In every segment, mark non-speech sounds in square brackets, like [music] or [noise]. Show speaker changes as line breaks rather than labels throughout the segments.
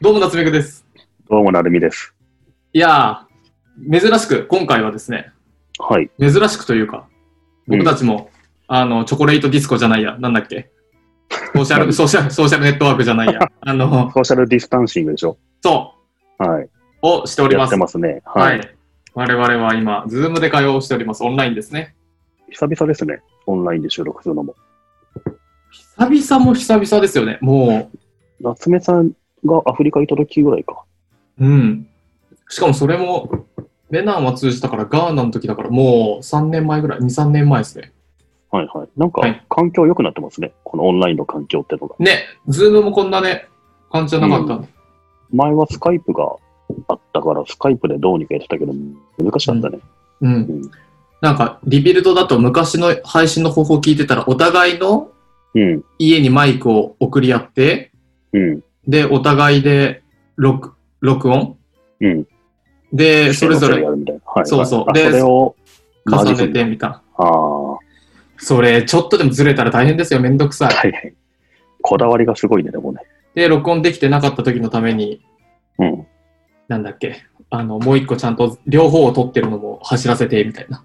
どうも、夏目くです。
どうも、なるみです。
いやー、珍しく、今回はですね、
はい。
珍しくというか、僕たちも、あの、チョコレートディスコじゃないや、なんだっけ、ソーシャ
[laughs]
ル、ソーシャル、ソーシャルネットワークじゃないや、あの、
ソーシャルディスタンシングでしょ
そ
はい。
う、をしており
や
ま
って
す。
ますね。
は
はい。
い。我々は今、ズームで会話をしております。オンラインですね。
久々ですね。オンラインで収録するのも。
久々も久々ですよね。も
夏目さんがアフリカ行った時ぐらいか。
う、うん。しかもそれも、ベナンは通じたから、ガーナの時だから、もう3年前ぐらい、2、3年前ですね。
はいはい。なんか
はい、
環境良くなってますね。このオンラインの環境ってのが。
ね、ズームもこんなね、感じじゃなかった。
前はスカイプがあったから、スカイプでどうにかやってたけど、難しかったね。
うん。なんか、リビルドだと昔の配信の方法聞いてたら、お互いの
うん。
家にマイクを送り合って、
うん。
で、お互いで録録音
うん。
で、それぞれ
やるみたいな。はい。
そうそう
あ
で
それを、マ
重
ジで
ねてみた。
ああ、
それ、ちょっとでもずれたら大変ですよ。めんどくさい。
大変。こだわりがすごいね、でもね。
で、録音できてなかった時のために、
うん。
なんだっけ、あの、もう一個ちゃんと両方を撮ってるのも走らせて、みたいな。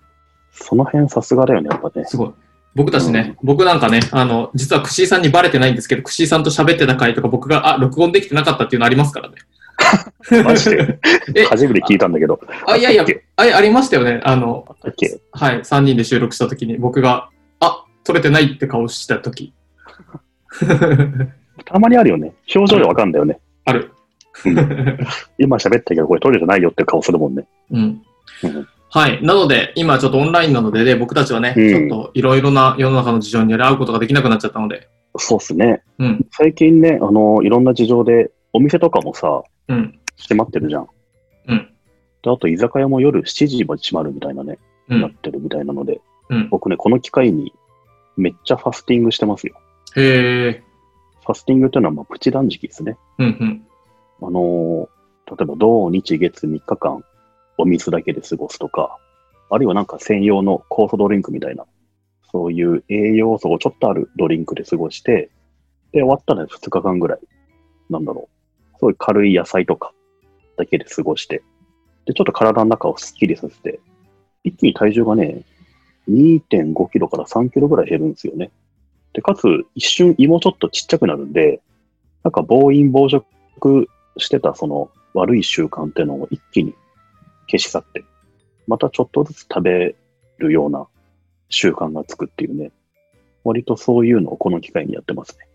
その辺さすがだよね、やっぱね。
すごい。僕たちね、僕なんかね、あの、実はクシーさんにバレてないんですけど、クシーさんと喋ってた回とか僕が、あ、録音できてなかったっていうのありますからね。
[laughs] マジで
[laughs] え、
初めて聞いたんだけど。
あ、いやい
あ
や
ったっ、
あありましたよね。あの、
だっけ
はい、3人で収録した時に僕が、あ、取れてないって顔した時 [laughs]
たまにあるよね。表情でわかんだよね。
ある。
今喋ったけど、これ撮れてないよっていう顔するもんね。
うん
うん。
はい。なので、今ちょっとオンラインなので、で僕たちはね、
うん
ちょっといろいろな世の中の事情により会うことができなくなっちゃったので、
そうっすね。
うん、
最近ね、あの、いろんな事情で、お店とかもさ、
うん、
閉まってるじゃん。
うん
で。あと、居酒屋も夜7時まで閉まるみたいなね、
う
なっ
ん、
てるみたいなので、
うん。
僕ね、この機会に、めっちゃファスティングしてますよ。
へえ、
ファスティングっていうのは、まあ、プチ断食ですね。
うん、うん、
あのー例えば、土日月3日間、お水だけで過ごすとか、あるいはなんか専用の酵素ドリンクみたいな、そういう栄養素をちょっとあるドリンクで過ごして、で、終わったら2日間ぐらい、なんだろう、そういう軽い野菜とかだけで過ごして、で、ちょっと体の中をスッキリさせて、一気に体重がね、2.5キロから3キロぐらい減るんですよね。で、かつ、一瞬胃もちょっとちっちゃくなるんで、なんか暴飲暴食してたその悪い習慣っていうのを一気に消し去って、またちょっとずつ食べるような習慣がつくっていうね、割とそういうのをこの機会にやってますね。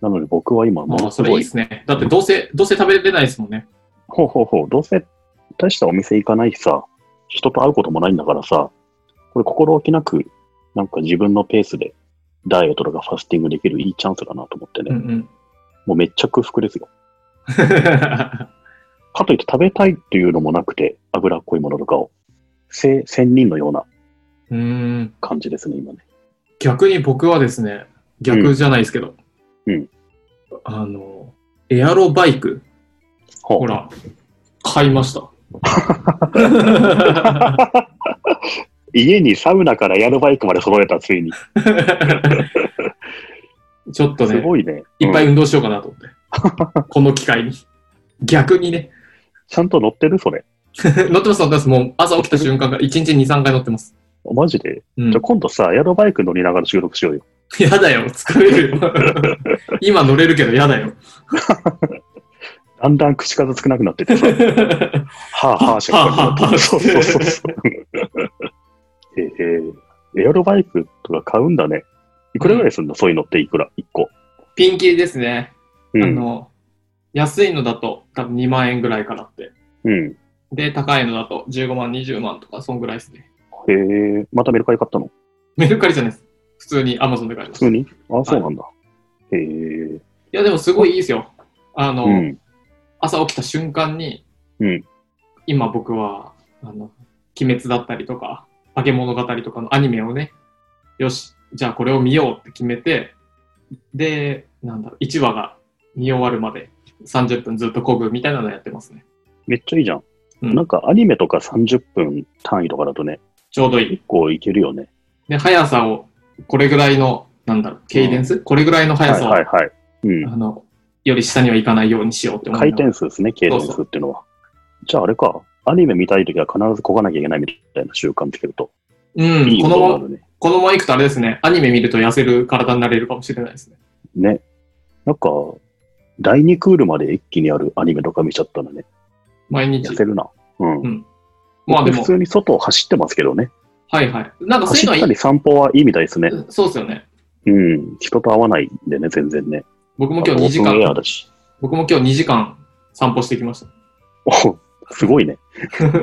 なので僕は今、も
あ
の
あ、そ
す
れいい
ご
で
い、
すね。だってどうせ、どうせ食べれないですもんね。
ほうほうほう、どうせ大したお店行かないしさ、人と会うこともないんだからさ、これ心置きなく、なんか自分のペースでダイエットとかファスティングできるいいチャンスだなと思って
うん
ね、
[laughs] うん。
もうめっちゃ空腹ですよ。かといって食べたいっていうのもなくて、脂っこいものとかを。せ、仙人のような
うーん
感じですね、今ね。
逆に僕はですね、逆じゃないですけど、
うんうん
あの、エアロバイク、
ほ
ほ
う。
ら、買いま [laughs] した。
家にサウナからエアロバイクまで揃えた、ついに。
ちょっと
す
ね、
ごいね。
いっぱい
うん
運動しようかなと思って。この機会に。逆にね、
ちゃんと乗ってるそれ。
乗ってます、乗ってます。もう朝起きた瞬間から1日2、3回乗ってます。
マジで。
うん
じゃあ、今度さ、エアロバイク乗りながら収録しようよ。
[laughs] やだよ、疲れる
[laughs]
よ。今乗れるけど、やだよ。
だんだん口数少なくなっててさ、はあはあしか聞こえなくなってそうそうそうそう。ええエアロバイクとか買うんだね。いくらぐらいするの、そういうのっていくら ?1 個。
ピンキリですね。
う
あ
ん。
の、安いのだと多分2万円ぐらいかなって。
うん。
で、高いのだと15万、20万とか、そんぐらいですね。
へえまたメルカリ買ったの
メルカリじゃないです。普通に Amazon で買いました。
普通
い
にあ、そうなんだ。へえ。
や、でもすごいいいですよ。あの、
うん。
朝起きた瞬間に、
うん
今僕は、あの、鬼滅だったりとか、化け物語とかのアニメをね、よし、じゃあこれを見ようって決めて、で、なんだろう、1話が見終わるまで30分ずっとこぐみたいなのやってますね。
めっちゃいいじゃん。
うん
なんかアニメとか30分単位とかだとね、
ちょうどいい。
結構いけるよね。
で、速さを、これぐらいの、なんだろう、ケイデンス、これぐらいの速
はい
さを、
はいはい。うん。
あの、より下には行かないようにしようって思
回
いながら
転数ですね、経
そう
転数っていうのは。じゃああれか、アニメ見たいときは必ずこがなきゃいけないみたいな習慣つけると、
うん、
いい
こ
こ
の
とに
ま
な
ま、
るね。
このまま行くとあれですね、アニメ見ると痩せる体になれるかもしれないですね。
ね。なんか、第2クールまで一気にあるアニメとか見ちゃったらね、
毎日
痩。せるな。うん。
うんまあで
普
も、
通に外を走ってますけどね。
はいはい。なんかそういう
走
の
っ
はい
たり散歩はいいみたいですね。
そうですよね。
うん。人と会わないんでね、全然ね。
僕も
あと
今
オ
日2時
ープンエア
間、
だし。
僕も今日2時間散歩してきました。 [laughs]
おすごいね。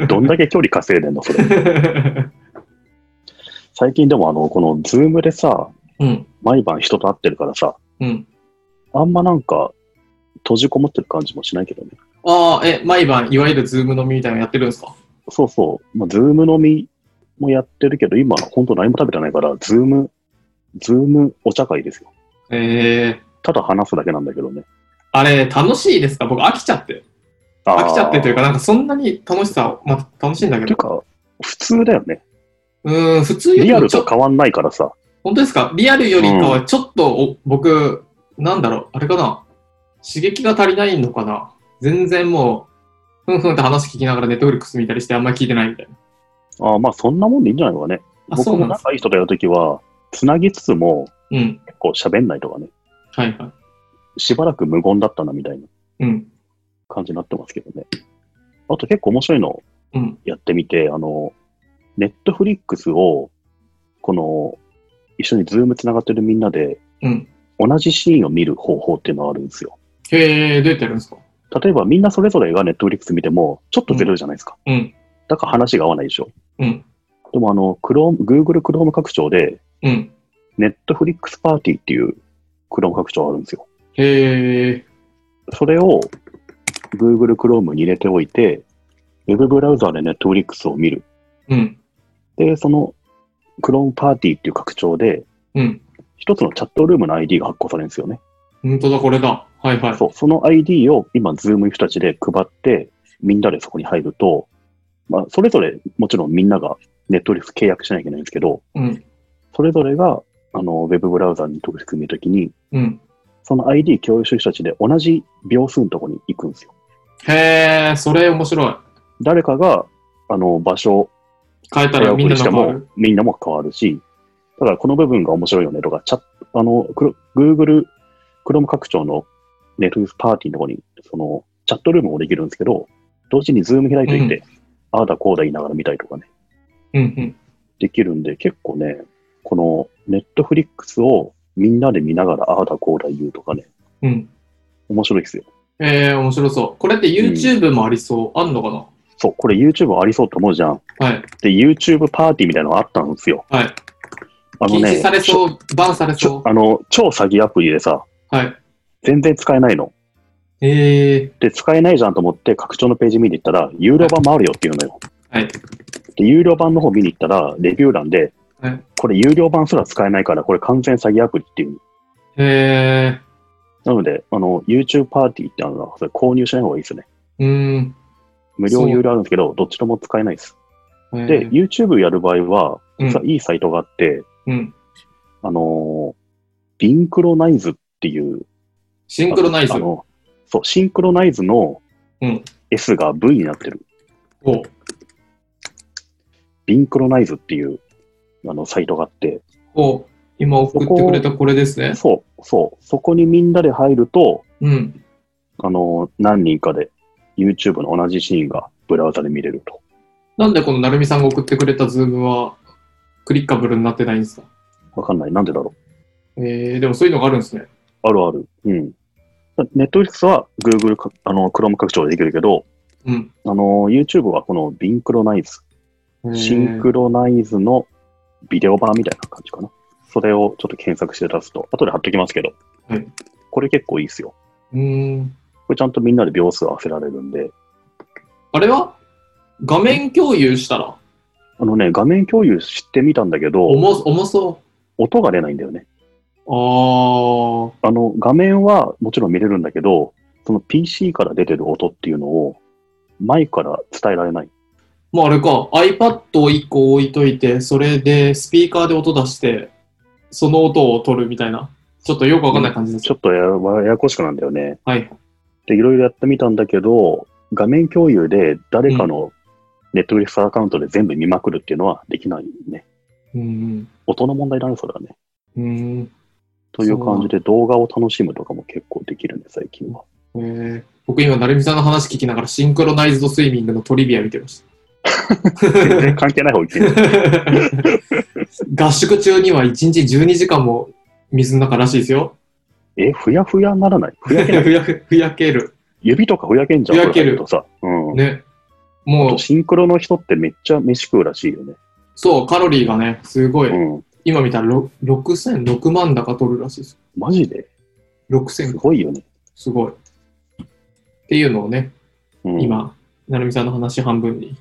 どんだけ距離稼いでんの、それ。最近でも、あの、このズームでさ、
うん、
毎晩人と会ってるからさ、
うん。
あんまなんか、閉じこもってる感じもしないけどね。
ああ、え、毎晩、いわゆるズーム飲みみたいなのやってるんですか
そうそう。まあ、ズーム飲みもやってるけど、今、本当何も食べてないから、ズーム、ズームお茶会ですよ。
ええ
ただ話すだけなんだけどね。
あれ、楽しいですか僕飽きちゃって。
あー
飽きちゃってという
っ
か、なんかそんなに楽しさを、まあ楽しいんだけ
ていう
ど。
か、普通だよね。
うーん、普通より
リア
も
ル
ちょ
と
っと、
変わんないからさ。
本当ですかリアルよりかはちょっと、お僕、なんだろう、あれかな刺激が足りないのかな全然もう、ふんふんって話聞きながらネットフリックス見たりしてあんまり聞いてないみたいな。
ああ、まあそんなもんでいいんじゃないのかね。
あ、
僕
そうな
も
んですか
仲いい人とやるときは、つなぎつつも、
うん。
結構喋んないとかね。
はいはい。
しばらく無言だったなみたいな
うん。
感じになってますけどね。あと結構面白いの
うん。
やってみて、あの、ネットフリックスを、この、一緒にズームつながってるみんなで、
うん。
同じシーンを見る方法っていうのがあるんですよ。
へえ、どうやってやるんですか
例えばみんなそれぞれがネットフリックス見ても、ちょっとずれるじゃないですか。
うん。
だから話が合わないでしょ。
うん。
でもあの、Chrome、Google Chrome 拡張で、
うん。
ネットフリックスパーティーっていう Chrome 拡張あるんですよ。
へえ、
それを Google Chrome に入れておいて、Web ブラウザーで Netflix を見る。
うん。
で、その Chrome パーティーっていう拡張で、
うん。
一つのチャットルームの ID が発行されるんですよね。
本当だ、これだ。はいはい。
そうその ID を今、Zoom の人たちで配って、みんなでそこに入ると、まあ、それぞれもちろんみんなが Netflix 契約しなきゃいけないんですけど、
うん。
それぞれがあの Web ブラウザーに特別見るときに、
うん。
その ID 共有する人たちで同じ秒数のところに行くんですよ。
へえ、それ面白い。
誰かがあの場所を
変えた
早
ら
送
みん
り
な
し
が
て
変わ
も
る。
みんなも変わるし、だからこの部分が面白いよねとか、チャットあの、クロ Google、Chrome 拡張のネットフリックスパーティーのとこに、その、チャットルームもできるんですけど、同時にズーム開いていて、ああだこうだ言いながら見たりとかね、
うんうん。
できるんで、結構ね、このネットフリックスをみんなで見ながら、ああだこうだ言うとかね、
うん。
面白いですよ。
えー、面白そう。これって YouTube もありそう。あんのか
そう、これ YouTube ありそうと思うじゃん。
なはい。
で、YouTube パーティーみたいなのがあったんですよ。
はい。
あの
禁止
ね
さ、れ
ちょ
そう。バンされ
ちょ
そ
あの、超詐欺アプリでさ、
う。はい。
全然使えないの。
えー、
で、使えないじゃんと思って、拡張のページ見に行ったら、有料版もあるよっていうのよ。
はい。
で、有料版の方見に行ったら、レビュー欄で
はい、
これ有料版すら使えないから、これ完全詐欺アプリっていう。
え
なので、あの、YouTube パーティーってあのが、それ購入しない方がいいですね。
ー、うーん。
無
そ
料
う
有料あるんですけど、どっちとも使えないです。
えー
で、YouTube やる場合は、
うん
実はいいサイトがあって、
うん。
あのー、ビンクロナイズっていう、
シンクロナイズ
あ。の、そう、シンクロナイズの
うん
S が V になってる。
お
ビンクロナイズっていう、あの、サイトがあって、
お今送ってくれたこれですね。
そう、そう、そこにみんなで入ると、
うん。
あの、何人かで YouTube の同じシーンがブラウザで見れると。
なんでこのなるみさんが送ってくれたズームはクリッカブルになってないんですか
わかんない。なんでだろ
えー、でもそういうのがあるんですね。
う。あるある。うん。ネットフリックスは Google か、あの、Chrome 拡張でできるけど、
うん。
あの、YouTube はこのビンクロナイズ、
えー
シンクロナイズのビデオ版みたいな感じかな。それをちょっと検索して出すと、後で貼っときますけど、
はい
これ結構いいですよ。
うーん。
これちゃんとみんなで秒数合わせられるんで、
あれは画面共有したら
あのね、画面共有してみたんだけど、
重重そ
音が出ないんだよね。
う。あ
あの、画面はもちろん見れるんだけど、その PC から出てる音っていうのを、マイクから伝えられない。
ー。まああれか、iPad を1個置いといて、それでスピーカーで音出して、その音を取るみたいな。ちょっとよくわかんない感じです
ち。ょっとやややこしくなんだよね。
はい。
で、いろいろやってみたんだけど、画面共有で誰かのネットフリックスアカウントで全部見まくるっていうのはできないね。
うん
音の問題だね、それはね。
うん。うん。
という感じで動画を楽しむとかも結構できるね、最近は。 [laughs]
えー、僕今、成美さんの話聞きながら、シンクロナイズドスイミングのトリビア見てました。
全 [laughs] 然関係ない方行ってる
合宿中には1日12時間も水の中らしいですよ。
え、ふやふやにならない [laughs] ふやけない
ふやふふやける。
指とかふやけんじゃん、
ふやける
これ入とさ。うん。
ね。
あ
もう
と、シンクロの人ってめっちゃ飯食うらしいよね。
そう、カロリーがね、すごい。
うん。
今見たらろ6000、6万だか取るらしいです。
マジで
6000
す、ごいよね。
すごい。っていうのをね、
うん、
今、なるみさんの話半分に。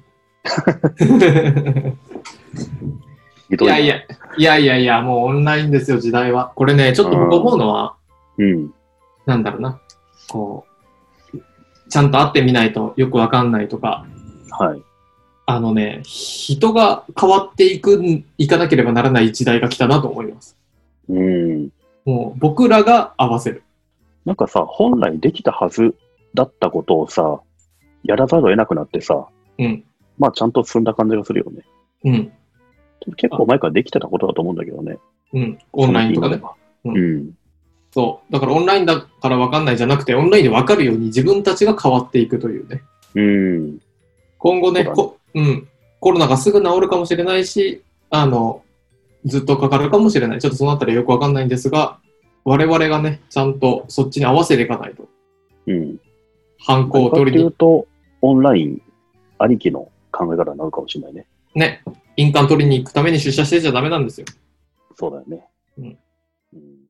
ひど
い
い
や
な
いや、いやいやいや、もうオンラインですよ、時代は。これね、ちょっと僕思うのは、
うん。
なんだろうな、こう、ちゃんと会ってみないとよくわかんないとか、
はい。
あのね、人が変わっていくん、いかなければならない時代が来たなと思います。
うん。
もう僕らが合わせる。
なんかさ、本来できたはずだったことをさ、やらざるを得なくなってさ、
うん。
まあちゃんと進んだ感じがするよね。
うん。
結構前からできてたことだと思うんだけどね。
うん。オンラインとかね。
う。
うんん
うん。
そう。だからオンラインだからわかんないじゃなくて、オンラインでわかるように自分たちが変わっていくというね。
うん。
今後ね
そうだね
こうん、コロナがすぐ治るかもしれないしあのずっとかかるかもしれないちょっとそのあたりはよくわかんないんですが我々がねちゃんとそっちに合わせていかないと
うん。
犯行を
と
取り
い
に
うと、オンラインありきの考え方になるかもしれないね。
ね印鑑取りに行くために出社してちゃダメなんですよ
そうだよね。
うん
うん